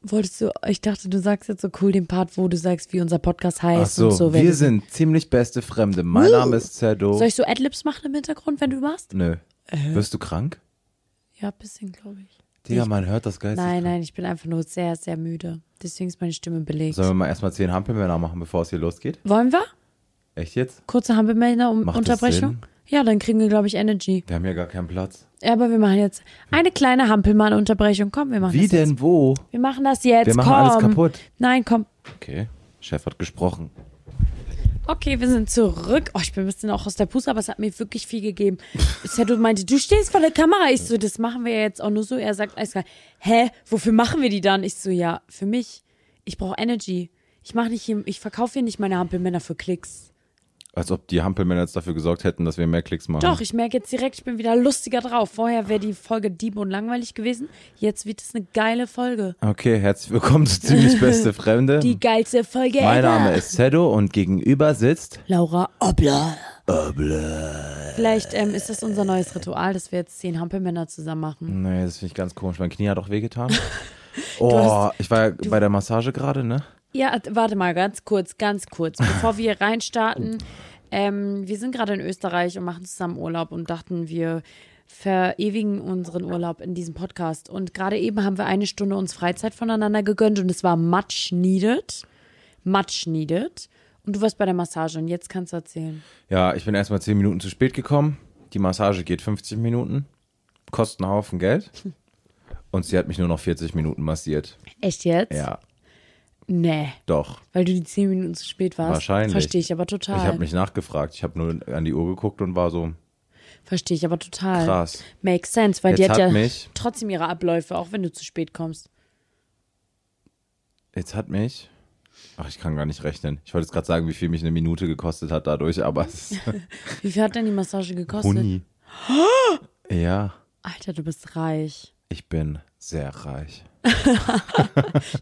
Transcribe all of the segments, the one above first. Wolltest du, ich dachte, du sagst jetzt so cool den Part, wo du sagst, wie unser Podcast heißt Ach so, und so. wenn- wir sind ziemlich beste Fremde. Mein Name ist Zeddo. Soll ich so Adlibs machen im Hintergrund, wenn du machst? Nö. Wirst du krank? Ja, ein bisschen, glaube ich. Digga, man hört das geil. Nein, nein, ich bin einfach nur sehr, sehr müde. Deswegen ist meine Stimme belegt. Sollen wir mal erstmal zehn Hampelmänner machen, bevor es hier losgeht? Wollen wir? Echt jetzt? Kurze Hampelmänner um Macht das Unterbrechung? Ja, dann kriegen wir, glaube ich, Energy. Wir haben ja gar keinen Platz. Ja, aber wir machen jetzt eine kleine Hampelmann-Unterbrechung. Komm, wir machen Wie das denn jetzt. wo? Wir machen das jetzt. Wir machen komm. alles kaputt. Nein, komm. Okay, Chef hat gesprochen. Okay, wir sind zurück. Oh, ich bin ein bisschen auch aus der Puste, aber es hat mir wirklich viel gegeben. Seto meinte, du stehst vor der Kamera. Ich so, das machen wir ja jetzt auch nur so. Er sagt, alles klar. hä, wofür machen wir die dann? Ich so, ja, für mich. Ich brauche Energy. Ich mache nicht hier, ich verkaufe hier nicht meine Hampelmänner für Klicks. Als ob die Hampelmänner jetzt dafür gesorgt hätten, dass wir mehr Klicks machen. Doch, ich merke jetzt direkt, ich bin wieder lustiger drauf. Vorher wäre die Folge dieb und langweilig gewesen. Jetzt wird es eine geile Folge. Okay, herzlich willkommen zu Ziemlich Beste Fremde. Die geilste Folge mein ever. Name ist Sedo und gegenüber sitzt. Laura Obler. Obler. Vielleicht ähm, ist das unser neues Ritual, dass wir jetzt zehn Hampelmänner zusammen machen. Nee, das finde ich ganz komisch. Mein Knie hat auch wehgetan. Du Oh, hast- ich war ja bei der Massage gerade, ne? Ja, warte mal, ganz kurz, ganz kurz, bevor wir reinstarten. Ähm, wir sind gerade in Österreich und machen zusammen Urlaub und dachten, wir verewigen unseren Urlaub in diesem Podcast. Und gerade eben haben wir eine Stunde uns Freizeit voneinander gegönnt und es war much needed. Much needed. Und du warst bei der Massage und jetzt kannst du erzählen. Ja, ich bin erstmal 10 Minuten zu spät gekommen. Die Massage geht 50 Minuten, kostet einen Haufen Geld. Und sie hat mich nur noch 40 Minuten massiert. Echt jetzt? Ja, Nee, doch. weil du die zehn Minuten zu spät warst. Wahrscheinlich. Verstehe ich aber total. Ich habe mich nachgefragt. Ich habe nur an die Uhr geguckt und war so, Verstehe ich aber total. Krass. Makes sense, weil die Jetzt hat, hat ja mich- trotzdem ihre Abläufe, auch wenn du zu spät kommst. jetzt hat mich. Ach, ich kann gar nicht rechnen. Ich wollte jetzt gerade sagen, wie viel mich eine Minute gekostet hat dadurch, aber es ist Wie viel hat denn die Massage gekostet? Huni. Ja, Alter, du bist reich. ich bin sehr reich.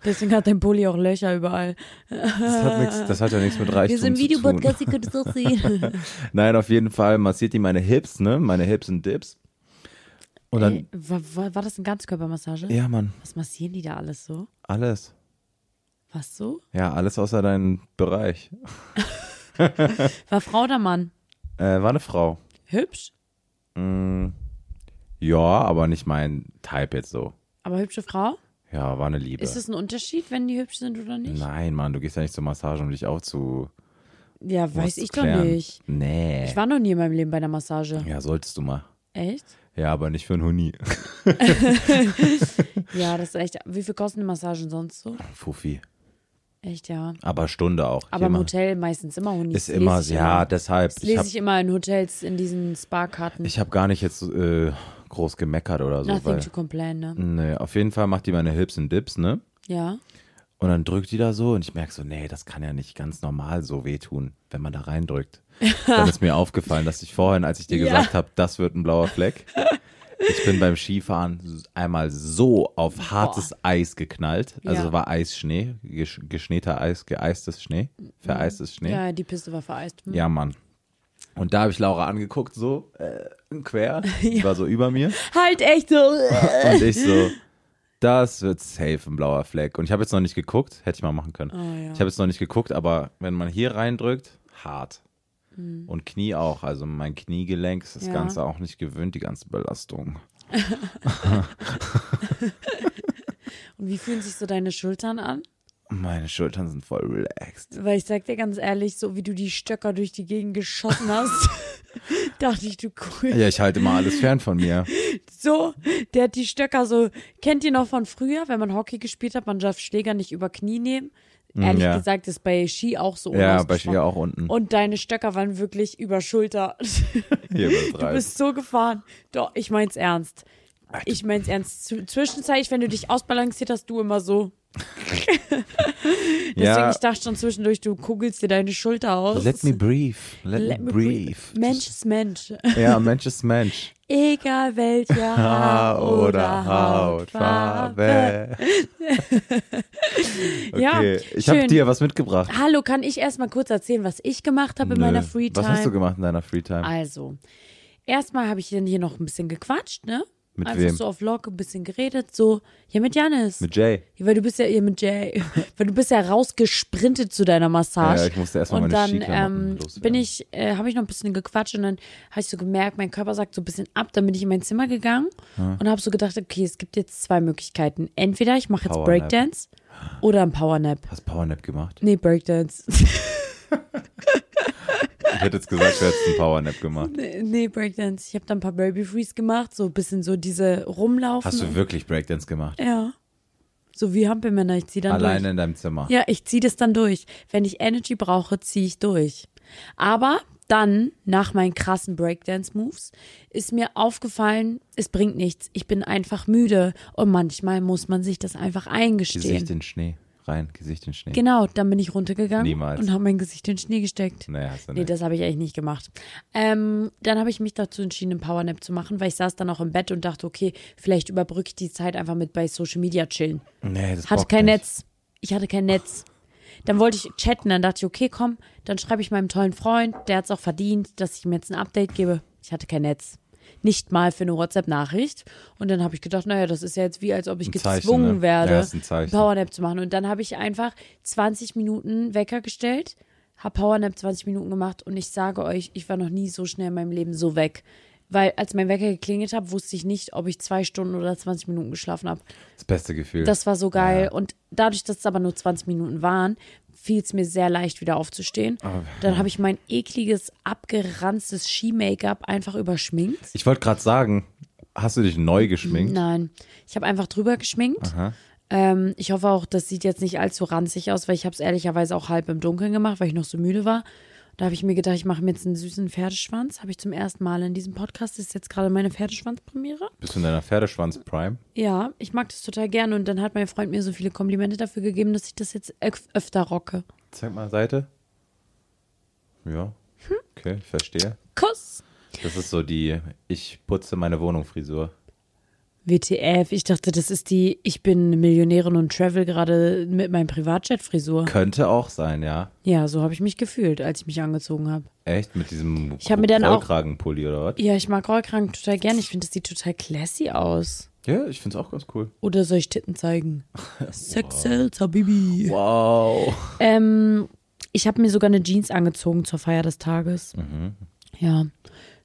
Deswegen hat dein Pulli auch Löcher überall. Das hat, nix, das hat ja nichts mit Reichtum Wir sind zu tun. Videopodcast, ihr könnt es auch sehen. Nein, auf jeden Fall massiert die meine Hips, ne? Meine Hips und Dips. Und dann, Ey, war, war, war das eine Ganzkörpermassage? ja, Mann, Was massieren die da alles so? alles. Was so? Ja, alles außer deinem Bereich. War Frau oder Mann? Äh, war eine Frau. Hübsch, Ja, aber nicht mein Type jetzt so. aber hübsche Frau? Ja, war eine Liebe. Ist es ein Unterschied, wenn die hübsch sind oder nicht? Nein, Mann, du gehst ja nicht zur Massage, um dich auch zu. Ja, was weiß zu ich doch klären. nicht. Nee. Ich war noch nie in meinem Leben bei einer Massage. ja, solltest du mal. Echt? Ja, aber nicht für einen Huni. Ja, das ist echt. Wie viel kosten die Massagen sonst so? Fuffi. Echt, ja. Aber Stunde auch. Aber im Immer. Hotel meistens immer Honig. Ist immer, ja, deshalb. Das Ich lese habe ich immer in Hotels, in diesen Sparkarten. ich hab gar nicht jetzt äh, groß gemeckert oder so. Nothing Weil, Hm. to complain, ne? nee, auf jeden Fall macht die meine Hips und Dips, ne? Ja. Und dann drückt die da so und ich merke so, nee, das kann ja nicht ganz normal so wehtun, wenn man da reindrückt. Dann ist mir aufgefallen, dass ich vorhin, als ich dir Ja. gesagt habe, das wird ein blauer Fleck, ich bin beim Skifahren einmal so auf hartes Eis geknallt. Also Ja. war Eisschnee, gesch geschneeter Eis, geeistes Schnee, vereistes Schnee. Ja, Ja, die Piste war vereist. Hm. Mann. Und da habe ich Laura angeguckt, so äh, quer, die war so über mir. Halt echt so. Und ich so, das wird safe ein blauer Fleck. Und ich habe jetzt noch nicht geguckt, hätte ich mal machen können. Oh, ja. Ich habe jetzt noch nicht geguckt, aber wenn man hier reindrückt, hart. Und Knie auch. Also mein Kniegelenk ist das Mhm. Ja. Ganze auch nicht gewöhnt, die ganze Belastung. Und wie fühlen sich so deine Schultern an? Meine Schultern sind voll relaxed. Weil ich sag dir ganz ehrlich, so wie du die Stöcker durch die Gegend geschossen hast, dachte ich, du cool. Ja, ich halte mal alles fern von mir. So, der hat die Stöcker so, kennt ihr noch von früher, wenn man Hockey gespielt hat, man darf Schläger nicht über Knie nehmen. Hm, Ehrlich ja. gesagt ist bei Ski auch so. Ja, unausgesprochen. bei Ski auch unten. Und deine Stöcker waren wirklich über Schulter. Hier Du übertreibt. bist so gefahren. Doch, ich mein's ernst. Ich mein's ernst. Zu- Zwischenzeitlich, wenn du dich ausbalanciert hast, du immer so. Deswegen, Ja, also ich dachte schon zwischendurch, du kugelst dir deine Schulter aus. let me breathe. Let, me breathe. Mensch ist Mensch. Ja, Mensch ist Mensch. Egal welche Haar Haar oder oder Hautfarbe. Hautfarbe. Ja, Okay, ich habe schön. dir was mitgebracht. Hallo, kann ich erstmal kurz erzählen, was ich gemacht habe in meiner Nö. Freetime? Was hast du gemacht in deiner Freetime? Also, erstmal habe ich dann hier noch ein bisschen gequatscht, ne? Mit Einfach wem? so auf Lock ein bisschen geredet, so. Ja, mit Janis. Mit Jay. Ja, weil du bist ja ihr mit Jay, weil du bist ja rausgesprintet zu deiner Massage. Ja, ja, ich musste erst mal meine Und dann Skiklamotten ähm, loswerden. bin ich, äh, habe ich noch ein bisschen gequatscht und dann habe ich so gemerkt, mein Körper sagt so ein bisschen ab. Dann bin ich in mein Zimmer gegangen und habe so gedacht, okay, es gibt jetzt zwei Möglichkeiten. Entweder ich mache jetzt Powernap. Breakdance oder ein Powernap. Hast Powernap gemacht? Nee, Breakdance. Ich hätte jetzt gesagt, du hättest einen Powernap gemacht. nee, Breakdance. Ich habe dann ein paar Baby Freeze gemacht, so ein bisschen so diese rumlaufen. Hast du wirklich Breakdance gemacht? ja. So wie Hampelmänner, ich zieh dann durch. Alleine in deinem Zimmer. Ja, ich ziehe das dann durch. Wenn ich Energy brauche, ziehe ich durch. Aber dann, nach meinen krassen Breakdance-Moves, ist mir aufgefallen, es bringt nichts. Ich bin einfach müde. Und manchmal muss man sich das einfach eingestehen. Gesicht in Schnee. Rein, Gesicht in Schnee. Genau, dann bin ich runtergegangen Niemals. und habe mein Gesicht in den Schnee gesteckt. Nee, hast du Nee, nicht. das habe ich eigentlich nicht gemacht. Ähm, dann habe ich mich dazu entschieden, einen Powernap zu machen, weil ich saß dann auch im Bett und dachte, okay, vielleicht überbrücke ich die Zeit einfach mit bei Social Media chillen. Nee, das Hatte bockt kein nicht. Netz. Ich hatte kein Netz. Dann wollte ich chatten, dann dachte ich, okay, komm, dann schreibe ich meinem tollen Freund, der hat es auch verdient, dass ich ihm jetzt ein Update gebe. Ich hatte kein Netz. Nicht mal für eine WhatsApp-Nachricht. Und dann habe ich gedacht, naja, das ist ja jetzt wie, als ob ich Ein Zeichen, gezwungen ne? werde, Ja, ist ein Zeichen. Powernap zu machen. Und dann habe ich einfach 20 Minuten Wecker gestellt, habe Powernap 20 Minuten gemacht und ich sage euch, ich war noch nie so schnell in meinem Leben so weg. Weil als mein Wecker geklingelt hat, wusste ich nicht, ob ich zwei Stunden oder 20 Minuten geschlafen habe. Das beste Gefühl. Das war so geil. Und dadurch, dass es aber nur 20 Minuten waren, fiel es mir sehr leicht, wieder aufzustehen. Dann habe ich mein ekliges, abgeranztes Ski-Make-up einfach überschminkt. ich wollte gerade sagen, hast du dich neu geschminkt? Nein, ich habe einfach drüber geschminkt. Ähm, ich hoffe auch, das sieht jetzt nicht allzu ranzig aus, weil ich habe es ehrlicherweise auch halb im Dunkeln gemacht, weil ich noch so müde war. Da habe ich mir gedacht, ich mache mir jetzt einen süßen Pferdeschwanz. Habe ich zum ersten Mal in diesem Podcast. Das ist jetzt gerade meine Pferdeschwanz-Premiere. Bist du in deiner Pferdeschwanz-Prime? Ja, ich mag das total gerne. Und dann hat mein Freund mir so viele Komplimente dafür gegeben, dass ich das jetzt öf öfter rocke. Zeig mal Seite. Ja. Hm? Okay, ich verstehe. Kuss. Das ist so die Ich putze meine Wohnung Frisur. WTF, ich dachte, das ist die Ich bin Millionärin und travel gerade mit meinem Privatjet-Frisur. Könnte auch sein, ja. Ja, so habe ich mich gefühlt, als ich mich angezogen habe. Echt? Mit diesem Ich hab mir dann auch- Rollkragenpulli oder was? Ja, ich mag Rollkragen total gerne. Ich finde, das sieht total classy aus. Ja, ich find's auch ganz cool. Oder soll ich Titten zeigen? Sex sells, Habibi. Wow. Ähm, ich habe mir sogar eine Jeans angezogen zur Feier des Tages. Ja.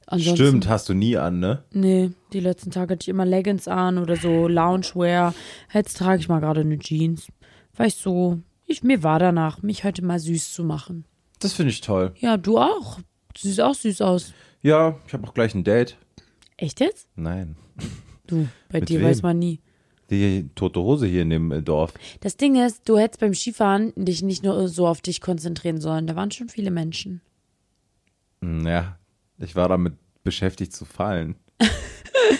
Ansonsten, Stimmt, hast du nie an, ne? Nee, die letzten Tage hatte ich immer Leggings an oder so Loungewear. Jetzt trage ich mal gerade eine Jeans. Weißt du, ich, mir war danach, mich heute mal süß zu machen. Das finde ich toll. Ja, du auch. Du siehst auch süß aus. Ja, ich habe auch gleich ein Date. Echt jetzt? Nein. Du, bei Mit dir wem? weiß man nie. Die tote Hose hier in dem äh, Dorf. Das Ding ist, du hättest beim Skifahren dich nicht nur so auf dich konzentrieren sollen. Da waren schon viele Menschen. Hm, Ja, ich war damit beschäftigt zu fallen.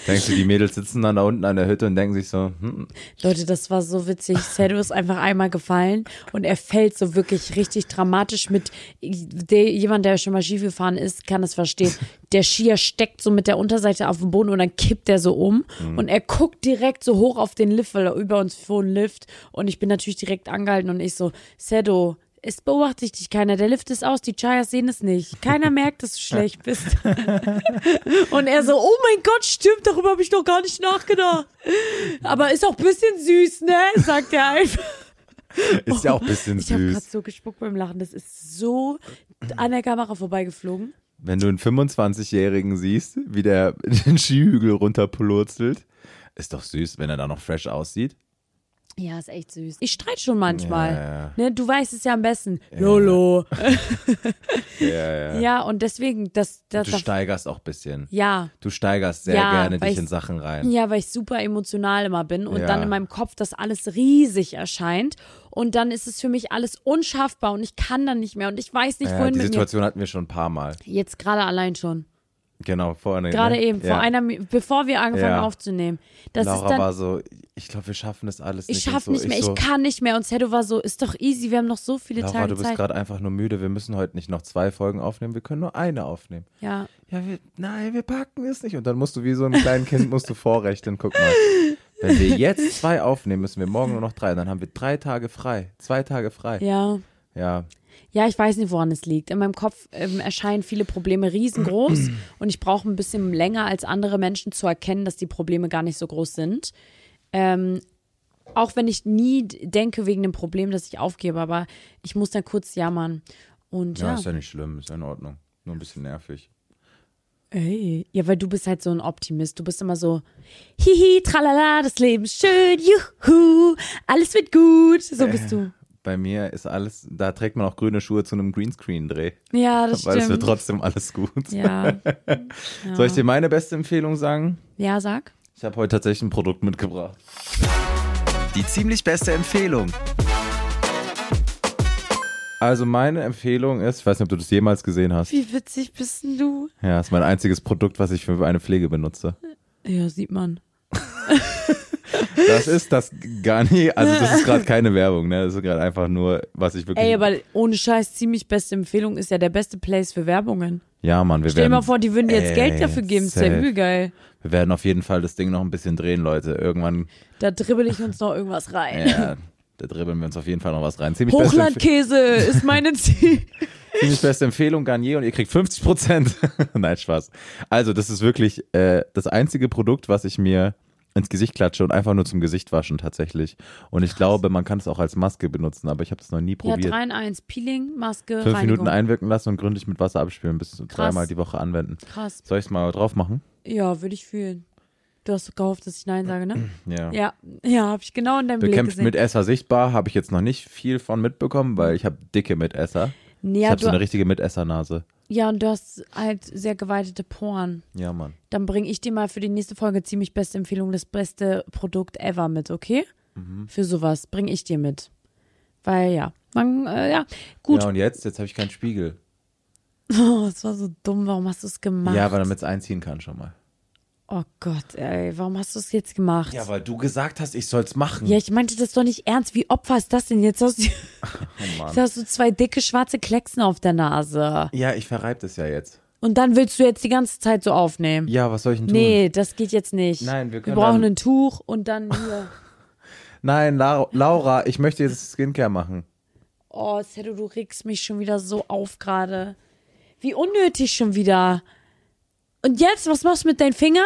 Denkst du, die Mädels sitzen dann da unten an der Hütte und denken sich so, hm, Leute, das war so witzig. Sedo ist einfach einmal gefallen und er fällt so wirklich richtig dramatisch mit. Der, jemand, der schon mal Ski gefahren ist, kann es verstehen. Der Skier steckt so mit der Unterseite auf dem Boden und dann kippt er so um und er guckt direkt so hoch auf den Lift, weil er über uns fuhr ein Lift und ich bin natürlich direkt angehalten und ich so, Sedo, es beobachtet dich keiner. Der Lift ist aus, die Chayas sehen es nicht. Keiner merkt, dass du schlecht bist. Und er so, oh mein Gott, stimmt, darüber habe ich noch gar nicht nachgedacht. Aber ist auch ein bisschen süß, ne? Sagt er einfach. ist ja auch ein bisschen Ich habe gerade süß. so gespuckt beim Lachen. Das ist so an der Kamera vorbeigeflogen. Wenn du einen 25-Jährigen siehst, wie der den Skihügel runterplurzelt, ist doch süß, wenn er da noch fresh aussieht. Ja, ist echt süß. Ich streite schon manchmal. Ja, ja. Ne, du weißt es ja am besten. YOLO. Ja, ja. Ja, und deswegen, das, das, Du das steigerst auch ein bisschen. ja. Du steigerst sehr Ja, gerne weil dich ich- in Sachen rein. Ja, weil ich super emotional immer bin und Ja. dann in meinem Kopf das alles riesig erscheint und dann ist es für mich alles unschaffbar und ich kann dann nicht mehr und ich weiß nicht, Ja, wohin die mit mir. Situation hatten wir schon ein paar Mal. Jetzt gerade allein schon. Genau, vorhin. Gerade ne? eben, ja. vor einer, Mi- bevor wir angefangen Ja. aufzunehmen. Das Laura ist dann, war so, ich glaube, wir schaffen das alles ich nicht. und schaff so. nicht mehr, ich, ich, so, kann nicht mehr. Und Sedo war so, ist doch easy, wir haben noch so viele Laura, Tage du bist Zeit. gerade einfach nur müde. Wir müssen heute nicht noch zwei Folgen aufnehmen. Wir können nur eine aufnehmen. Ja, Ja, wir, nein, wir packen es nicht. Und dann musst du wie so ein kleines Kind musst du vorrechnen. Guck mal, wenn wir jetzt zwei aufnehmen, müssen wir morgen nur noch drei. Und dann haben wir drei Tage frei, zwei Tage frei. ja. Ja, Ja, ich weiß nicht, woran es liegt. In meinem Kopf ähm, erscheinen viele Probleme riesengroß und ich brauche ein bisschen länger als andere Menschen zu erkennen, dass die Probleme gar nicht so groß sind. Ähm, auch wenn ich nie d- denke wegen dem Problem, dass ich aufgebe, aber ich muss dann kurz jammern. Und ja, ja. ist ja nicht schlimm, ist ja in Ordnung. Nur ein bisschen nervig. Ey. ja, weil du bist halt so ein Optimist. Du bist immer so, hihi, tralala, das Leben ist schön, juhu, alles wird gut. So bist du. Bei mir ist alles, da trägt man auch grüne Schuhe zu einem Greenscreen-Dreh. Ja, das Weil es wird stimmt. trotzdem alles gut. Ja. Soll ich dir meine beste Empfehlung sagen? ja, sag. Ich habe heute tatsächlich ein Produkt mitgebracht. Die ziemlich beste Empfehlung. Also meine Empfehlung ist, ich weiß nicht, ob du das jemals gesehen hast. Wie witzig bist denn du? Ja, ist mein einziges Produkt, was ich für eine Pflege benutze. Ja, sieht man. Das ist das Garni, also das ist gerade keine Werbung, ne? Das ist gerade einfach nur, was ich wirklich. Ey, aber ohne Scheiß, ziemlich beste Empfehlung ist ja der beste Place für Werbungen. ja, Mann, wir Stell dir werden, mal vor, die würden Ey, jetzt Geld dafür geben. Ist ja safe. übel geil. wir werden auf jeden Fall das Ding noch ein bisschen drehen, Leute. Irgendwann, Da dribbel ich uns noch irgendwas rein. ja, da dribbeln wir uns auf jeden Fall noch was rein. Ziemlich beste, Empfe- Hochlandkäse ist meine Ziel. ziemlich beste Empfehlung, Garnier, und ihr kriegt 50 Prozent. Nein, Spaß. Also, das ist wirklich äh, das einzige Produkt, was ich mir ins Gesicht klatsche und einfach nur zum Gesicht waschen tatsächlich. Und ich glaube, man kann es auch als Maske benutzen, aber ich habe es noch nie Ja, probiert. 3 in 1. Peeling, Maske, Fünf Reinigung. Minuten einwirken lassen und gründlich mit Wasser abspülen, bis zu Krass. dreimal die Woche anwenden. Krass. Soll ich es mal drauf machen? Ja, würde ich fühlen. Du hast gehofft, dass ich Nein sage, ne? Ja. Ja, ja, habe ich genau in deinem Blick Bekämpft gesehen. Mhm. Mitesser sichtbar, habe ich jetzt noch nicht viel von mitbekommen, weil ich habe dicke Mitesser. ich ja, habe so eine du, richtige Mitessernase. ja, und du hast halt sehr geweitete Poren. Ja, Mann. Dann bringe ich dir mal für die nächste Folge ziemlich beste Empfehlung, das beste Produkt ever mit, okay? Mhm. Für sowas bringe ich dir mit. Weil ja, man, äh, ja, gut. Ja, und jetzt? Jetzt habe ich keinen Spiegel. Oh, das war so dumm, warum hast du es gemacht? Ja, aber damit es einziehen kann schon mal. oh Gott, ey, warum hast du es jetzt gemacht? Ja, weil du gesagt hast, ich soll es machen. ich meinte das doch nicht ernst. Wie Opfer ist das denn? Jetzt hast du, Oh Mann. jetzt hast du zwei dicke schwarze Klecksen auf der Nase. Ja, ich verreibe das ja jetzt. Und dann willst du jetzt die ganze Zeit so aufnehmen. Ja, was soll ich denn tun? Nee, das geht jetzt nicht. Nein, wir wir können brauchen dann- ein Tuch und dann hier. Nein, La Laura, ich möchte jetzt Skincare machen. Oh, Sedo, du regst mich schon wieder so auf gerade. Wie unnötig schon wieder. Und jetzt, was machst du mit deinen Fingern?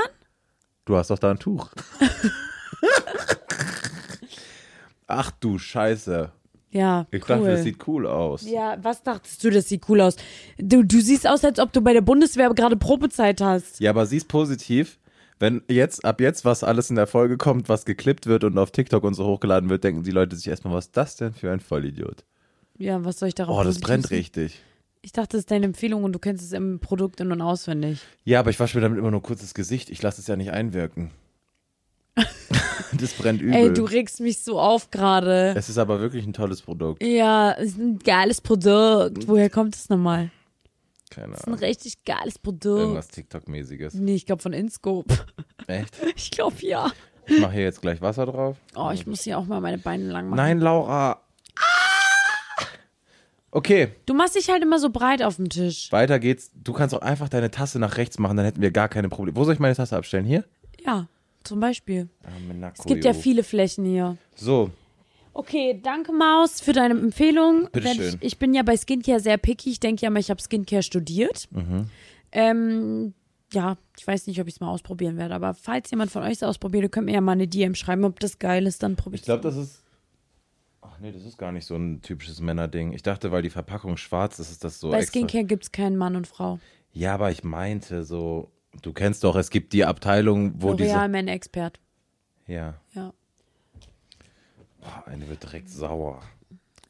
Du hast doch da ein Tuch. Ach du Scheiße. Ja, Ich cool. dachte, das sieht cool aus. ja, was dachtest du, das sieht cool aus? Du, du siehst aus, als ob du bei der Bundeswehr gerade Probezeit hast. Ja, aber sieh's positiv. Wenn jetzt, ab jetzt, was alles in der Folge kommt, was geklippt wird und auf TikTok und so hochgeladen wird, denken die Leute sich erstmal, was ist das denn für ein Vollidiot? Ja, was soll ich darauf Oh, das Positives brennt sehen? richtig. Ich dachte, das ist deine Empfehlung und du kennst es im Produkt in- und auswendig. Ja, aber ich wasche mir damit immer nur kurz das Gesicht. Ich lasse es ja nicht einwirken. das brennt übel. Ey, du regst mich so auf gerade. es ist aber wirklich ein tolles Produkt. Ja, ist ein geiles Produkt. Woher kommt das nochmal? Keine Mhm. Ein Ahnung. richtig geiles Produkt. Irgendwas TikTok-mäßiges. Nee, ich glaube von Inscope. Echt? Ich glaube ja. Ich mache hier jetzt gleich Wasser drauf. Oh, ich muss hier auch mal meine Beine lang machen. Nein, Laura. Ah! Okay, Du machst dich halt immer so breit auf dem Tisch. weiter geht's. Du kannst auch einfach deine Tasse nach rechts machen, dann hätten wir gar keine Probleme. Wo soll ich meine Tasse abstellen? Hier? Ja, zum Beispiel. Es Es gibt ja viele Flächen hier. So, Okay, danke Maus für deine Empfehlung. Bitte Wenn schön. Ich, ich bin ja bei Skincare sehr picky. Ich denke ja mal, ich habe Skincare studiert. Ähm, ja, ich weiß nicht, ob ich es mal ausprobieren werde. Aber falls jemand von euch es ausprobiert, könnt ihr ja mal eine DM schreiben, ob das geil ist. Dann probiere ich glaube, das ist. Ach nee, das ist gar nicht so ein typisches Männerding. Ich dachte, weil die Verpackung schwarz ist, ist das so Bei extra. Skincare gibt es keinen Mann und Frau. Ja, aber ich meinte so, du kennst doch, es Oh, gibt die Abteilung, wo L'Oreal diese. Man Expert. Ja. Ja. Boah, eine wird direkt sauer.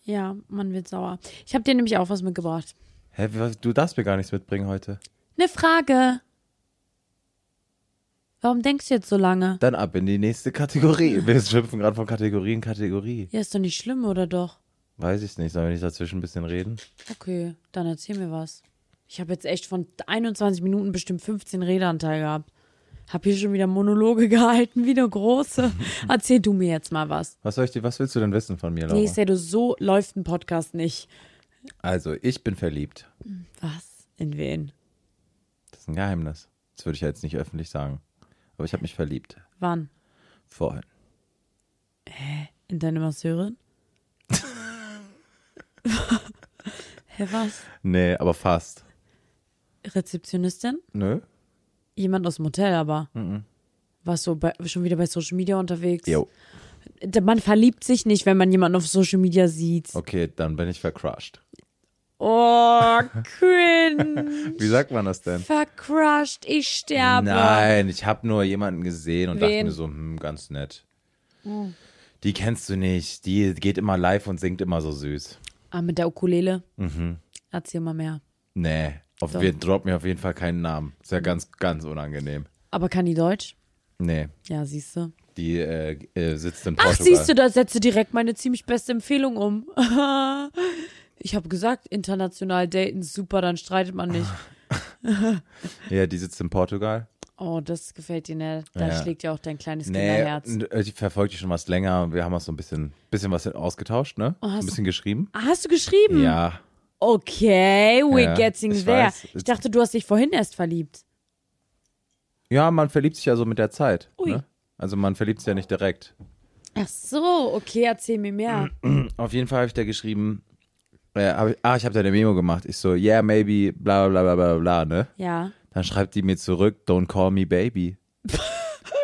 Ja, man wird sauer. Ich habe dir nämlich auch was mitgebracht. Hä, was- du darfst mir gar nichts mitbringen heute. Eine Frage. Warum denkst du jetzt so lange? Dann ab in die nächste Kategorie. Wir schöpfen gerade von Kategorie in Kategorie. Ja, ist doch nicht schlimm, oder doch? Weiß ich nicht, sollen wir nicht dazwischen ein bisschen reden? Okay, dann erzähl mir was. Ich habe jetzt echt von 21 Minuten bestimmt 15 Redeanteil gehabt. Hab hier schon wieder Monologe gehalten, wie eine große. Erzähl du mir jetzt mal was. Was, soll ich dir, was willst du denn wissen von mir, Laura? Nee, Sedo, so läuft ein Podcast nicht. Also, ich bin verliebt. Was? In wen? Das ist ein Geheimnis. Das würde ich ja jetzt nicht öffentlich sagen. Aber ich habe mich verliebt. Wann? Vorhin. In deine Masseurin? Hä, was? Nee, aber fast. Rezeptionistin? Nö? Jemand aus dem Hotel, aber. Warst du bei, schon wieder bei Social Media unterwegs? Mhm. Jo. Der- Man verliebt sich nicht, wenn man jemanden auf Social Media sieht. Okay, dann bin ich vercrushed. Oh, cringe. Wie sagt man das denn? Vercrushed, ich sterbe. Nein, ich habe nur jemanden gesehen und dachte Wen? Hm. mir so, hm, ganz nett. Die kennst du nicht. Die geht immer live und singt immer so süß. Ah, mit der Ukulele? Mhm. Erzähl mal mehr. Nee, auf, Doch. wir drop mir auf jeden Fall keinen Namen. Ist ja ganz, ganz unangenehm. Aber kann die Deutsch? Nee, Ja, siehst du. die äh, äh, sitzt in Ach, Portugal. siehst du, da setze direkt meine ziemlich beste Empfehlung um. ich habe gesagt, international daten, super, dann streitet man nicht. Ah. Ja, die sitzt in Portugal. Oh, das gefällt dir nicht. Da Ja. schlägt ja auch dein kleines Nee, Kinderherz. und, äh, ich verfolge die schon was länger. Wir haben uns so ein bisschen, bisschen was ausgetauscht, ne? So Oh, ein hast bisschen geschrieben. Ah, hast du geschrieben? Ja, Okay, we're Ja, getting ich there. weiß. Ich dachte, du hast dich vorhin erst verliebt. Ja, man verliebt sich ja so mit der Zeit. Ui. Ne? Also man verliebt sich ja nicht direkt. Ach so, okay, erzähl mir mehr. Mm. Auf jeden Fall habe ich da geschrieben, äh, hab ich, ah, ich habe da eine Memo gemacht. Ich so, yeah, maybe, bla bla bla bla bla, ne? Ja. Dann schreibt die mir zurück, don't call me baby.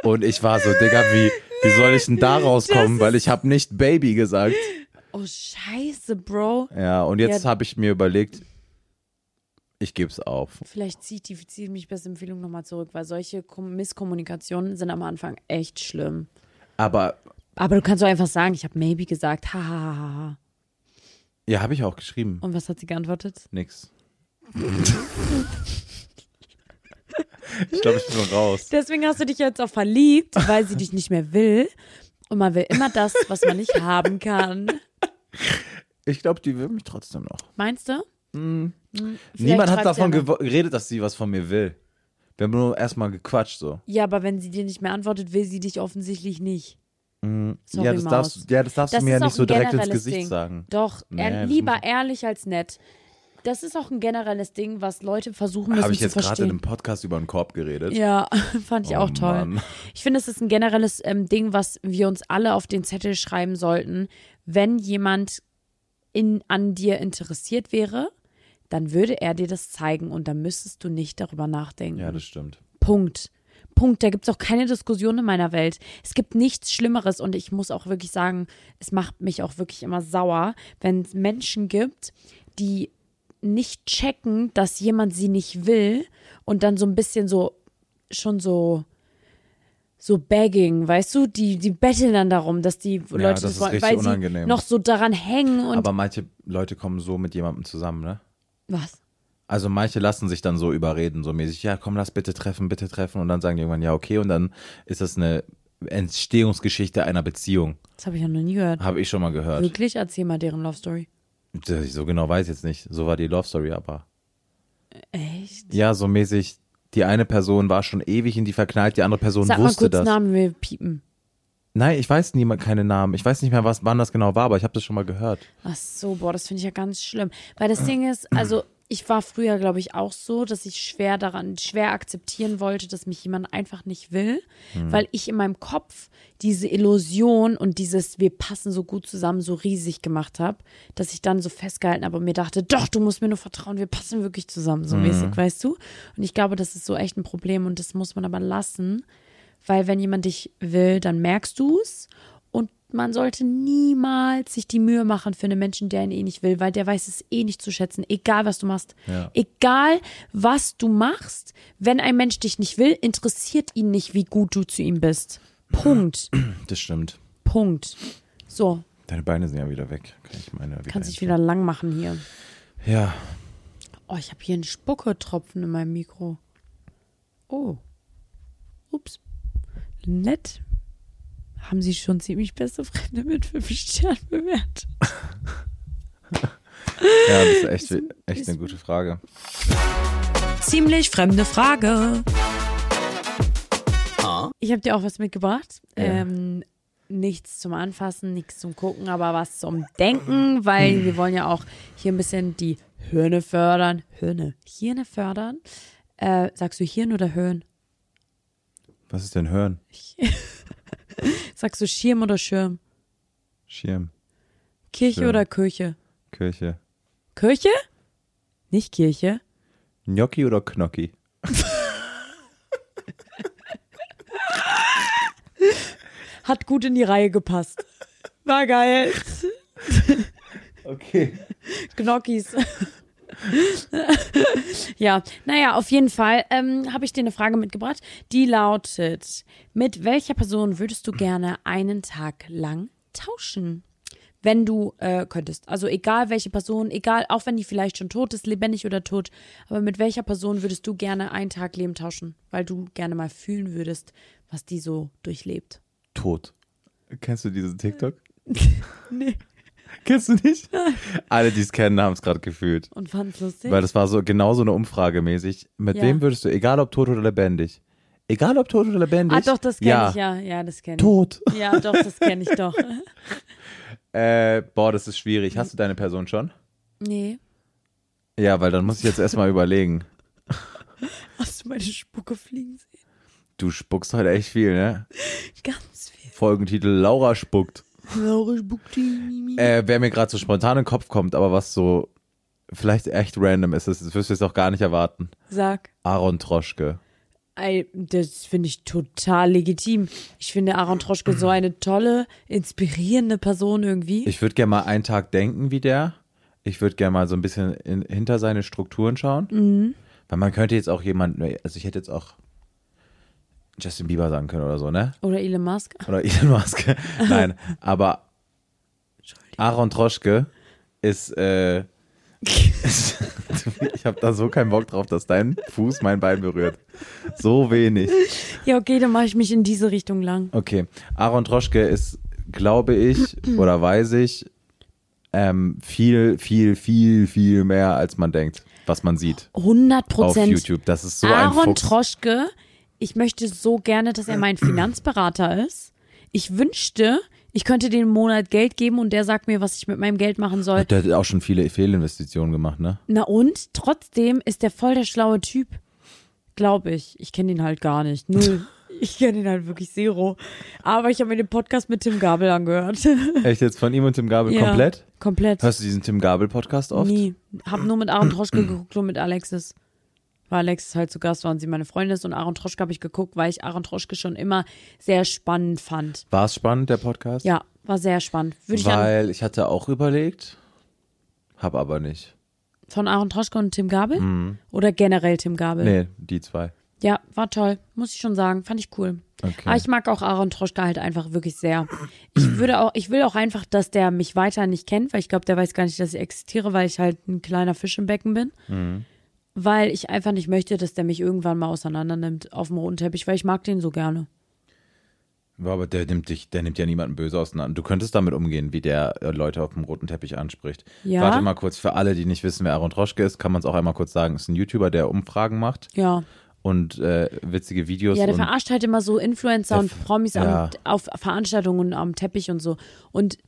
Und ich war so, Digga, wie, wie soll ich denn da rauskommen? Weil ich habe nicht Baby gesagt. Oh, scheiße, Bro. Ja, und jetzt Ja. habe ich mir überlegt, ich geb's auf. Vielleicht zieht die zieht mich beste Empfehlung nochmal zurück, weil solche Kom Misskommunikationen sind am Anfang echt schlimm. Aber Aber du kannst doch einfach sagen, ich habe maybe gesagt, ha, ha, ha, ha, ha. ja, habe ich auch geschrieben. Und was hat sie geantwortet? Nix. ich glaube, ich bin raus. Deswegen hast du dich jetzt auch verliebt, weil sie dich nicht mehr will. Und man will immer das, was man nicht haben kann. Ich glaube, die will mich trotzdem noch. Meinst du? Vielleicht Niemand hat schreibt sie davon ja gewo- geredet, dass sie was von mir will. Wir haben nur erstmal gequatscht so. Ja, aber wenn sie dir nicht mehr antwortet, will sie dich offensichtlich nicht. Sorry, Mm, ja, das Maus. darfst, ja, das darfst Das du mir ja ist nicht auch so ein direkt ins generelles Gesicht Ding. sagen. Doch, Nee, ehr- das lieber muss- ehrlich als nett. Das ist auch ein generelles Ding, was Leute versuchen müssen Habe ich zu jetzt gerade in einem verstehen. Podcast über einen Korb geredet? Ja, fand ich Oh, auch toll. Mann. Ich finde, es ist ein generelles ähm, Ding, was wir uns alle auf den Zettel schreiben sollten. Wenn jemand in, an dir interessiert wäre, dann würde er dir das zeigen und dann müsstest du nicht darüber nachdenken. Ja, das stimmt. Punkt. Punkt. Da gibt es auch keine Diskussion in meiner Welt. Es gibt nichts Schlimmeres und ich muss auch wirklich sagen, es macht mich auch wirklich immer sauer, wenn es Menschen gibt, die nicht checken, dass jemand sie nicht will und dann so ein bisschen so schon so so begging, weißt du, die die betteln dann darum, dass die Leute das ist wollen, richtig weil sie unangenehm. noch so daran hängen und Aber manche Leute kommen so mit jemandem zusammen, ne? was? Also manche lassen sich dann so überreden, so mäßig, ja, komm, lass bitte treffen, bitte treffen. Und dann sagen die irgendwann, ja, okay. Und dann ist das eine Entstehungsgeschichte einer Beziehung. Das habe ich ja noch nie gehört. Habe ich schon mal gehört. Wirklich? Erzähl mal deren Love Story. So genau weiß ich jetzt nicht. So war die Love Story aber. Echt? Ja, so mäßig, die eine Person war schon ewig in die verknallt, die andere Person Sag mal wusste kurz das. Namen, wir piepen. Nein, ich weiß niemand keine Namen. Ich weiß nicht mehr, was, wann das genau war, aber ich habe das schon mal gehört. Ach so, boah, das finde ich ja ganz schlimm. Weil das Ding ist, also ich war früher, glaube ich, auch so, dass ich schwer daran, schwer akzeptieren wollte, dass mich jemand einfach nicht will, weil ich in meinem Kopf diese Illusion und dieses wir passen so gut zusammen so riesig gemacht habe, dass ich dann so festgehalten habe und mir dachte, doch, du musst mir nur vertrauen, wir passen wirklich zusammen, so mäßig, weißt du? Und ich glaube, das ist so echt ein Problem und das muss man aber lassen, weil wenn jemand dich will, dann merkst du es und man sollte niemals sich die Mühe machen für einen Menschen, der ihn eh nicht will, weil der weiß es eh nicht zu schätzen, egal was du machst. Ja. Egal was du machst, wenn ein Mensch dich nicht will, interessiert ihn nicht, wie gut du zu ihm bist. Punkt. Das stimmt. Punkt. So, Deine Beine sind ja wieder weg. Kann ich meine wieder kannst dich einstellen. wieder lang machen hier. Ja. Oh, ich habe hier einen Spucketropfen in meinem Mikro. Oh. Ups. Nett. Haben Sie schon ziemlich beste Freunde mit fünf Sternen bewertet? Ja, das ist echt, echt eine gute Frage. Ziemlich fremde Frage. Ich habe dir auch was mitgebracht. Ähm, nichts zum Anfassen, nichts zum Gucken, aber was zum Denken, weil wir wollen ja auch hier ein bisschen die Hirne fördern. Hirne. Hirne fördern. Äh, sagst du Hirn oder Hirn? Was ist denn Hören? Sagst du Schirm oder Schirm? Schirm, Kirche Schirm. oder Kirche? Kirche. Kirche? Nicht Kirche. Gnocchi oder Knocki? Hat gut in die Reihe gepasst. War geil. Okay. Gnocchis. ja, naja, auf jeden Fall ähm, habe ich dir eine Frage mitgebracht, die lautet: Mit welcher Person würdest du gerne einen Tag lang tauschen? Wenn du äh, könntest. Also egal welche Person, egal, auch wenn die vielleicht schon tot ist, lebendig oder tot, aber mit welcher Person würdest du gerne einen Tag Leben tauschen? Weil du gerne mal fühlen würdest, was die so durchlebt. Tot. Kennst du diesen TikTok? Nee. Kennst du nicht? Alle, die es kennen, haben es gerade gefühlt. Und fand's lustig. Weil das war so genau so eine Umfrage mäßig. Mit Ja. wem würdest du, egal ob tot oder lebendig? Egal ob tot oder lebendig? Ah, doch, das kenne ich, ja. Ja, das kenne ich. Tot. Ja, doch, das kenne ich doch. Äh, boah, das ist schwierig. Hast du deine Person schon? Nee. Ja, weil dann muss ich jetzt erstmal überlegen. Hast du meine Spucke fliegen sehen? Du spuckst heute echt viel, ne? Ganz viel. Folgentitel Laura spuckt. Laura spuckt die Mimi. Äh, wer mir gerade so spontan in den Kopf kommt, aber was so vielleicht echt random ist, das wirst du jetzt auch gar nicht erwarten. Sag. Aaron Troschke. Ey, das finde ich total legitim. Ich finde Aaron Troschke so eine tolle, inspirierende Person irgendwie. Ich würde gerne mal einen Tag denken wie der. Ich würde gerne mal so ein bisschen in, hinter seine Strukturen schauen. Weil man könnte jetzt auch jemanden, also ich hätte jetzt auch Justin Bieber sagen können oder so, ne? Oder Elon Musk. Oder Elon Musk. Nein, aber Entschuldigung. Aaron Troschke ist, äh, ist ich habe da so keinen Bock drauf, dass dein Fuß mein Bein berührt. So wenig. Ja, okay, dann mache ich mich in diese Richtung lang. Okay, Aaron Troschke ist, glaube ich, oder weiß ich, ähm, viel, viel, viel, viel mehr, als man denkt, was man sieht 100 auf Prozent. YouTube. Das ist so ein Aaron Fuchs. Troschke, ich möchte so gerne, dass er mein Finanzberater ist. Ich wünschte, ich könnte den Monat Geld geben und der sagt mir, was ich mit meinem Geld machen soll. Der hat auch schon viele Fehlinvestitionen gemacht, ne? Na und? Trotzdem ist der voll der schlaue Typ. Glaube ich. Ich kenne ihn halt gar nicht. Null. Ich kenne ihn halt wirklich zero. Aber ich habe mir den Podcast mit Tim Gabel angehört. Echt jetzt von ihm und Tim Gabel Ja. komplett? Komplett. Hörst Mm. du diesen Tim Gabel-Podcast oft? Nie. Hab nur mit Aaron Troschke geguckt und mit Alexis. Weil Alexis halt zu Gast war und sie meine Freundin ist. Und Aaron Troschke habe ich geguckt, weil ich Aaron Troschke schon immer sehr spannend fand. War es spannend, der Podcast? Ja, war sehr spannend. Würde ich an, Weil ich hatte auch überlegt, hab aber nicht. von Aaron Troschke und Tim Gabel? Oder generell Tim Gabel? Mm. Nee, die zwei. Ja, war toll, muss ich schon sagen. Fand ich cool. Okay. Aber ich mag auch Aaron Troschka halt einfach wirklich sehr. Ich würde auch, ich will auch einfach, dass der mich weiter nicht kennt, weil ich glaube, der weiß gar nicht, dass ich existiere, weil ich halt ein kleiner Fisch im Becken bin. Mhm. Weil ich einfach nicht möchte, dass der mich irgendwann mal auseinander nimmt auf dem roten Teppich, weil ich mag den so gerne. Ja, aber der nimmt dich, der nimmt ja niemanden böse auseinander. Du könntest damit umgehen, wie der äh, Leute auf dem roten Teppich anspricht. Ja. Warte mal kurz, für alle, die nicht wissen, wer Aaron Troschke ist, kann man es auch einmal kurz sagen. Ist ein YouTuber, der Umfragen macht Ja. und äh, witzige Videos. Ja, der und verarscht halt immer so Influencer Der und ver- Promis ja. am, auf Veranstaltungen am Teppich und so. Und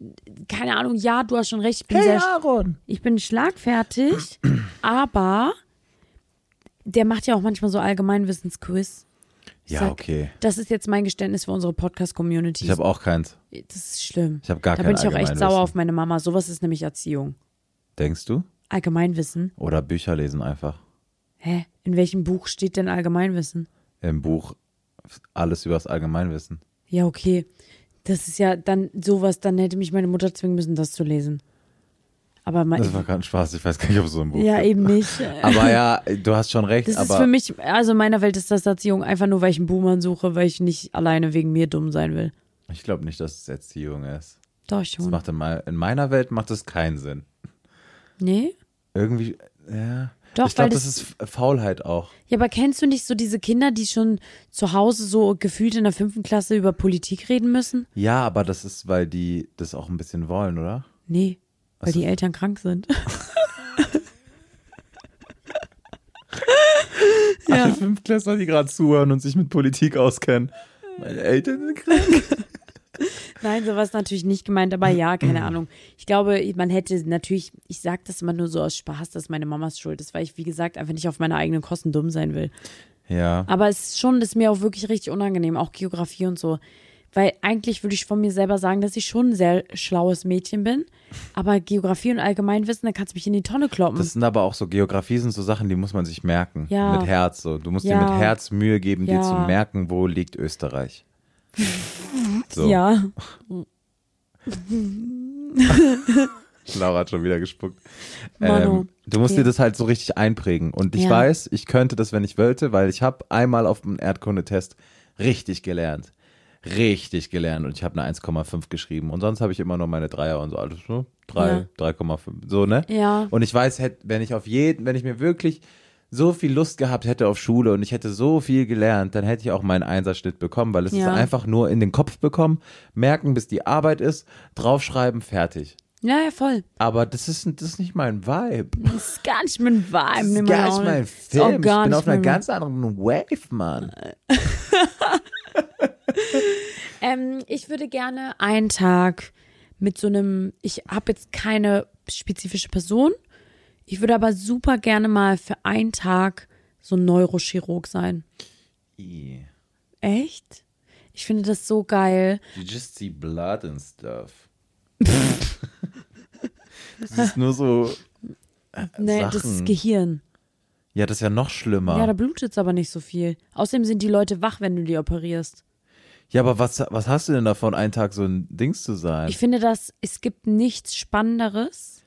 keine Ahnung, ja, du hast schon recht, ich bin sehr Aaron! ich bin schlagfertig, aber der macht ja auch manchmal so Allgemeinwissensquiz. Ich Ja, sag, okay. Das ist jetzt mein Geständnis für unsere Podcast-Community. Ich habe auch keins. Das ist schlimm. Ich hab gar da kein bin ich auch echt Allgemeinwissen. sauer auf meine Mama. Sowas ist nämlich Erziehung. Denkst du? Allgemeinwissen? Oder Bücher lesen einfach. Hä? In welchem Buch steht denn Allgemeinwissen? Im Buch alles übers Allgemeinwissen. Ja, okay. Das ist ja dann sowas, dann hätte mich meine Mutter zwingen müssen, das zu lesen. Aber mein, Das war kein Spaß. Ich weiß gar nicht, ob es so ein Buch ja, gibt. eben nicht. Aber ja, du hast schon recht. Das aber ist für mich, also in meiner Welt ist das Erziehung einfach nur, weil ich einen Boomer suche, weil ich nicht alleine wegen mir dumm sein will. Ich glaube nicht, dass es Erziehung ist. Doch Das schon. macht in, mei- in meiner Welt macht das keinen Sinn. Nee? Irgendwie, ja. Doch, ich glaube, weil das, das- ist Faulheit auch. Ja, aber kennst du nicht so diese Kinder, die schon zu Hause so gefühlt in der fünften Klasse über Politik reden müssen? Ja, aber das ist, weil die das auch ein bisschen wollen, oder? Nee, weil Also die Eltern krank sind. Ja. Alle Fünftklässler, die gerade zuhören und sich mit Politik auskennen. Meine Eltern sind krank. Nein, sowas natürlich nicht gemeint, aber ja, Mhm. keine Ahnung. Ich glaube, man hätte natürlich, ich sage das immer nur so aus Spaß, dass meine Mamas schuld ist, weil ich, wie gesagt, einfach nicht auf meine eigenen Kosten dumm sein will. Ja. Aber es ist schon, das ist mir auch wirklich richtig unangenehm, auch Geografie und so. Weil eigentlich würde ich von mir selber sagen, dass ich schon ein sehr schlaues Mädchen bin. Aber Geografie und Allgemeinwissen, da kannst du mich in die Tonne kloppen. Das sind aber auch so, Geografie sind so Sachen, die muss man sich merken. Ja. Mit Herz. So. Du musst dir Ja. mit Herz Mühe geben, dir Ja. zu merken, wo liegt Österreich. So, Ja. Laura hat schon wieder gespuckt. Manu. Ähm, du musst dir Ja. das halt so richtig einprägen. Und ich Ja. weiß, ich könnte das, wenn ich wollte, weil ich habe einmal auf dem Erdkundetest richtig gelernt. Richtig gelernt. Und ich habe eine 1,5 geschrieben. Und sonst habe ich immer nur meine Dreier und so alles. So, drei, Ja. 3,5. So, ne? Ja. Und ich weiß, hätt- wenn ich auf jeden, wenn ich mir wirklich so viel Lust gehabt hätte auf Schule und ich hätte so viel gelernt, dann hätte ich auch meinen Einserschnitt bekommen, weil es ist Ja. einfach nur in den Kopf bekommen, merken, bis die Arbeit ist, draufschreiben, fertig. Ja, ja, voll. Aber das ist, das ist nicht mein Vibe. Das ist gar nicht mein Vibe. Das ist nimm gar mal nicht auch mein nicht. Das ist auch Film. Ich gar bin nicht auf einer mein- ganz anderen Wave, Mann. Äh. Ähm, ich würde gerne einen Tag mit so einem, ich habe jetzt keine spezifische Person. Ich würde aber super gerne mal für einen Tag so ein Neurochirurg sein. You Echt? Ich finde das so geil. just see blood and stuff. das ist nur so. Nee, das Sachen. ist Gehirn. Ja, das ist ja noch schlimmer. Ja, da blutet's aber nicht so viel. Außerdem sind die Leute wach, wenn du die operierst. Ja, aber was, was hast du denn davon, einen Tag so ein Dings zu sein? Ich finde das, es gibt nichts Spannenderes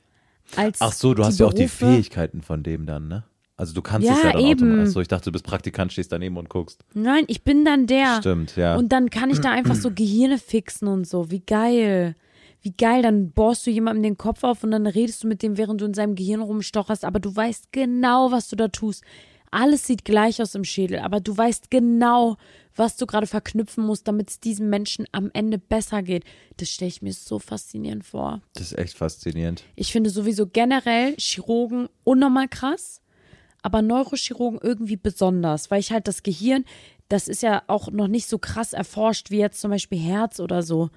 als. Ach so, du hast ja auch die Berufe- Fähigkeiten von dem dann, ne? Also du kannst es Ja, ja dann eben. automatisch. Ach so, ich dachte, du bist Praktikant, stehst daneben und guckst. Nein, ich bin dann der. Stimmt, ja. Und dann kann ich da einfach so Gehirne fixen und so. Wie geil. Wie geil, dann bohrst du jemandem den Kopf auf und dann redest du mit dem, während du in seinem Gehirn rumstocherst, aber du weißt genau, was du da tust. Alles sieht gleich aus im Schädel, aber du weißt genau, was du gerade verknüpfen musst, damit es diesem Menschen am Ende besser geht. Das stelle ich mir so faszinierend vor. Das ist echt faszinierend. Ich finde sowieso generell Chirurgen unnormal krass, aber Neurochirurgen irgendwie besonders, weil ich halt das Gehirn, das ist ja auch noch nicht so krass erforscht wie jetzt zum Beispiel Herz oder so.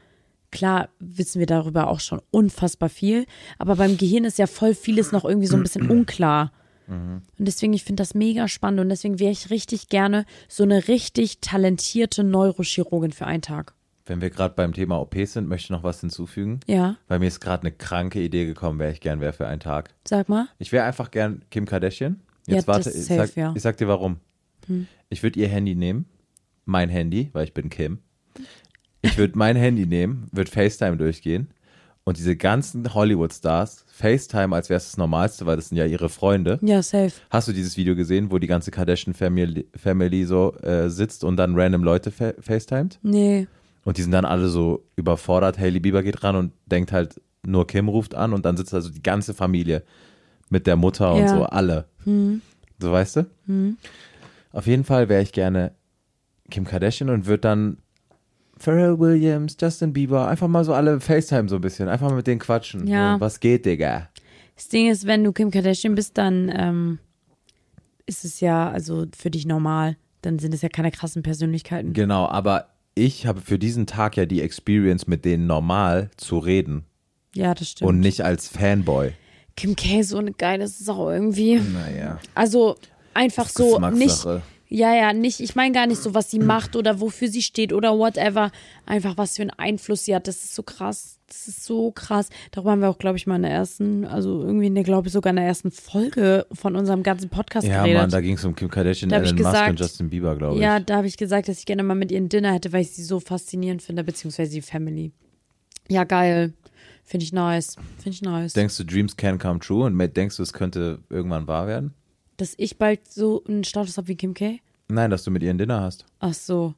Klar wissen wir darüber auch schon unfassbar viel, aber beim Gehirn ist ja voll vieles noch irgendwie so ein bisschen unklar. Und deswegen, ich finde das mega spannend und deswegen wäre ich richtig gerne so eine richtig talentierte Neurochirurgin für einen Tag. Wenn wir gerade beim Thema OP sind, möchte ich noch was hinzufügen. Ja, Bei mir ist gerade eine kranke Idee gekommen, wer ich gern wäre für einen Tag. sag mal. Ich wäre einfach gern Kim Kardashian. Ja, Jetzt das warte, ist ich, safe, sag, ja. Hm. ich sag dir warum. Ich würde ihr Handy nehmen, mein Handy, weil ich bin Kim. Ich würde mein Handy nehmen, würde FaceTime durchgehen und diese ganzen Hollywood-Stars, FaceTime, als wäre es das Normalste, weil das sind ja ihre Freunde. Ja, safe. Hast du dieses Video gesehen, wo die ganze Kardashian-Family Family so äh, sitzt und dann random Leute fa FaceTimet? Nee. Und die sind dann alle so überfordert. Hailey Bieber geht ran und denkt halt, nur Kim ruft an und dann sitzt also die ganze Familie mit der Mutter und Ja. Hm. so, alle. So weißt du? Auf jeden Fall wäre ich gerne Kim Kardashian und würde dann Pharrell Williams, Justin Bieber, einfach mal so alle FaceTime so ein bisschen, einfach mal mit denen quatschen. Ja. So, was geht, Digga? Das Ding ist, wenn du Kim Kardashian bist, dann ähm, ist es ja also für dich normal. Dann sind es ja keine krassen Persönlichkeiten. Genau, aber ich habe für diesen Tag ja die Experience, mit denen normal zu reden Ja, das stimmt. und nicht als Fanboy. Kim K. so eine geile Sau irgendwie. Naja. Also einfach Ist so nicht. Geschmackssache. Ja, ja, nicht. Ich meine gar nicht so, was sie macht oder wofür sie steht oder whatever. Einfach was für einen Einfluss sie hat. Das ist so krass. Das ist so krass. Darüber haben wir auch, glaube ich, mal in der ersten, also irgendwie, in der, glaube ich, sogar in der ersten Folge von unserem ganzen Podcast Ja, geredet. Mann, da ging es um Kim Kardashian, Da hab ich Elon Musk und gesagt- Justin Bieber, glaube ich. Ja, da habe ich gesagt, dass ich gerne mal mit ihr ein Dinner hätte, weil ich sie so faszinierend finde, beziehungsweise die Family. Ja, geil. Finde ich nice. Finde ich nice. Denkst du, Dreams can come true und denkst du, es könnte irgendwann wahr werden? Dass ich bald so einen Status habe wie Kim K? Nein, dass du mit ihr ein Dinner hast. Ach so.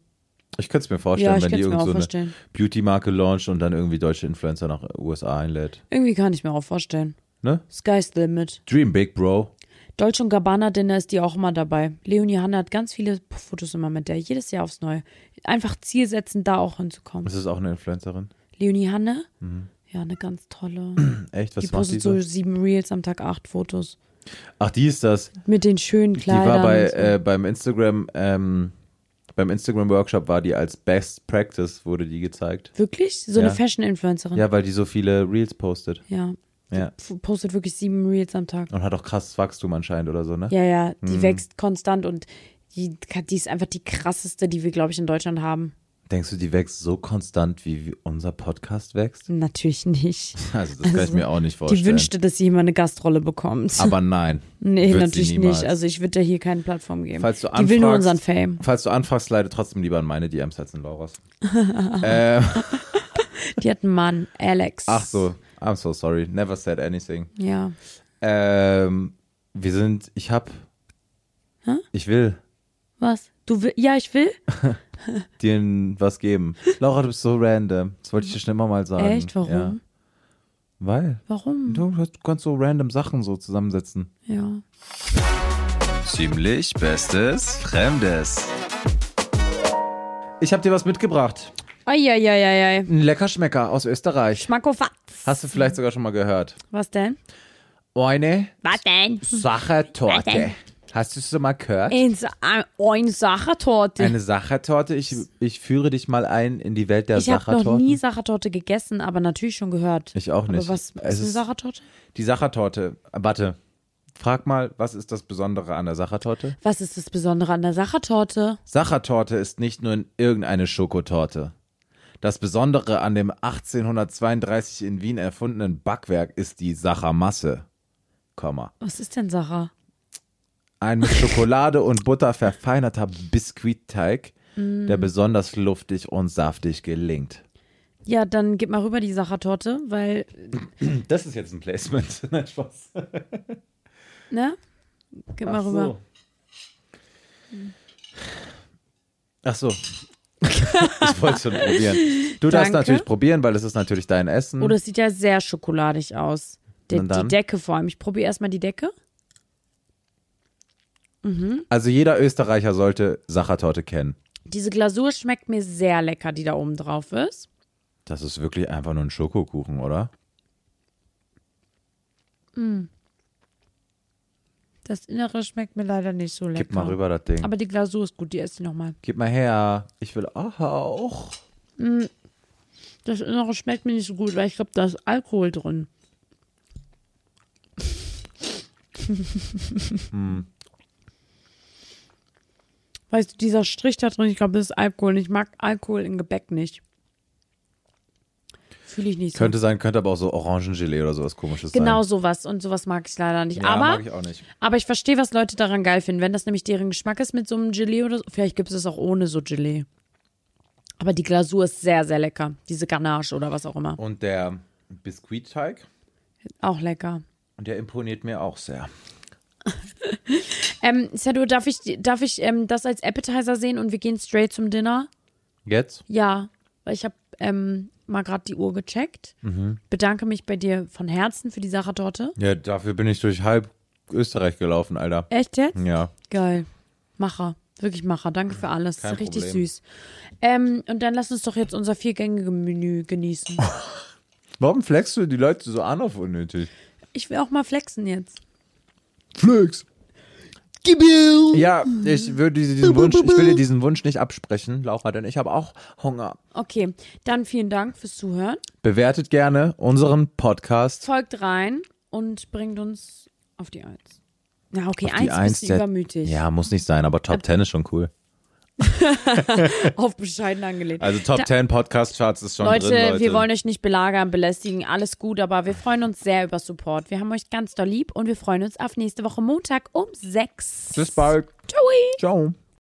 Ich könnte es mir vorstellen, ich wenn die könnte es mir irgend auch so eine vorstellen. Beauty-Marke launcht und dann irgendwie deutsche Influencer nach USA einlädt. Irgendwie kann ich mir auch vorstellen. Ne? Sky's the limit. Dream big, Bro. Dolce Gabbana Dinner ist die auch immer dabei. Leonie Hanna hat ganz viele Fotos immer mit der, jedes Jahr aufs Neue. Einfach Ziel setzen, da auch hinzukommen. Ist das auch eine Influencerin? Leonie Hanne? Ja, eine ganz tolle. Echt? Mhm. Was die macht die postet so so? sieben Reels am Tag, acht Fotos. Ach, die ist das. Mit den schönen Kleidern. Die war bei, und so. äh, beim Instagram, ähm, beim Instagram-Workshop war die als Best Practice, wurde die gezeigt. Wirklich? So Ja. eine Fashion-Influencerin? Ja, weil die so viele Reels postet. ja. Ja. F- Postet wirklich sieben Reels am Tag. Und hat auch krasses Wachstum anscheinend oder so, ne? Ja, ja, die wächst konstant und die, die ist einfach die krasseste, die wir, glaube ich, in Deutschland haben. Denkst du, die wächst so konstant, wie unser Podcast wächst? Natürlich nicht. Also, das kann ich mir auch nicht vorstellen. Die wünschte, dass sie jemand eine Gastrolle bekommt. Aber nein. nee, wird sie natürlich niemals. nicht. Also ich würde hier keine Plattform geben. Falls du die will nur anfragst- unseren Fame. Falls du anfragst, leite trotzdem lieber an meine DMs als an Lauras. Die hat einen Mann, Alex. Ach so, I'm so sorry. Never said anything. Ja. Ähm, wir sind, ich hab, ich will Was? Du will, ja, ich will? dir was geben. Laura, du bist so random. Das wollte ich dir schon immer mal sagen. Echt? Warum? Ja. Weil. Warum? Du, du kannst so random Sachen so zusammensetzen. Ja. Ziemlich Bestes Fremdes. Ich habe dir was mitgebracht. Eieieiei. Ein Leckerschmecker aus Österreich. Schmackofatz. Hast du vielleicht sogar schon mal gehört. Was denn? Eine Was denn? Sachertorte. Hast du es schon mal gehört? Ein, Sa- ein Sachertorte. Eine Sachertorte. Ich, ich führe dich mal ein in die Welt der ich habe noch Sachertorten. nie Sachertorte gegessen, aber natürlich schon gehört. Ich auch nicht. Aber was ist Es eine ist- Sachertorte? Die Sachertorte. Warte. Frag mal, was ist das Besondere an der Sachertorte? Was ist das Besondere an der Sachertorte? Sachertorte ist nicht nur irgendeine Schokotorte. Das Besondere an dem 1832 in Wien erfundenen Backwerk ist die Sachermasse. Komma. Was ist denn Sacher? Ein mit Schokolade und Butter verfeinerter Biskuitteig, Mm. der besonders luftig und saftig gelingt. Ja, dann gib mal rüber die Sachertorte, weil, Das ist jetzt ein Placement. Nein, Spaß. ne? Gib mal Ach rüber. so. Ach so. ich wollte schon probieren. Du darfst Danke. natürlich probieren, weil das ist natürlich dein Essen. Oh, das sieht ja sehr schokoladig aus. Die, Na dann. die Decke vor allem. Ich probiere erstmal die Decke. also jeder Österreicher sollte Sachertorte kennen. Diese Glasur schmeckt mir sehr lecker, die da oben drauf ist. Das ist wirklich einfach nur ein Schokokuchen, oder? Das Innere schmeckt mir leider nicht so lecker. Gib mal rüber das Ding. Aber die Glasur ist gut, die esse ich nochmal. Gib mal her. Ich will auch. Das Innere schmeckt mir nicht so gut, weil ich glaube, da ist Alkohol drin. Hm. Weißt du, dieser Strich da drin, ich glaube, das ist Alkohol. Ich mag Alkohol in Gebäck nicht. Fühle ich nicht so. Könnte sein, könnte aber auch so Orangengelee oder sowas komisches genau sein. sowas und sowas mag ich leider nicht. Ja, aber, mag ich auch nicht. aber ich verstehe, was Leute daran geil finden. Wenn das nämlich deren Geschmack ist mit so einem Gelee oder so, vielleicht gibt es es auch ohne so Gelee. Aber die Glasur ist sehr, sehr lecker. Diese Ganache oder was auch immer. Und der Biskuitteig, Auch lecker. der imponiert mir auch sehr. Ähm, Sedo, darf ich, darf ich ähm, das als Appetizer sehen und wir gehen straight zum Dinner? Jetzt? Ja, weil ich habe ähm, mal gerade die Uhr gecheckt. Mhm. Bedanke mich bei dir von Herzen für die Sachertorte. Ja, dafür bin ich durch halb Österreich gelaufen, Alter. Echt jetzt? Ja. Geil. Macher. Wirklich Macher. Danke für alles. Kein Richtig Problem. süß. Ähm, und dann lass uns doch jetzt unser viergängige Menü genießen. Warum flexst du die Leute so an auf unnötig? Ich will auch mal flexen jetzt. Flex! Ja, ich würde diesen Wunsch, ich will dir diesen Wunsch nicht absprechen, Laura, denn ich habe auch Hunger. Okay, dann vielen Dank fürs Zuhören. Bewertet gerne unseren Podcast. Folgt rein und bringt uns auf die Eins. Na, okay, Die eins, Eins bist du der- übermütig. Ja, muss nicht sein, aber Top 10 ist schon cool. Auf bescheiden angelegt. Also Top 10 Podcast Charts ist schon Leute, drin, Leute. wir wollen euch nicht belagern, belästigen, alles gut, aber wir freuen uns sehr über Support. Wir haben euch ganz doll lieb und wir freuen uns auf nächste Woche Montag um 6. Bis bald. Ciao. Ciao.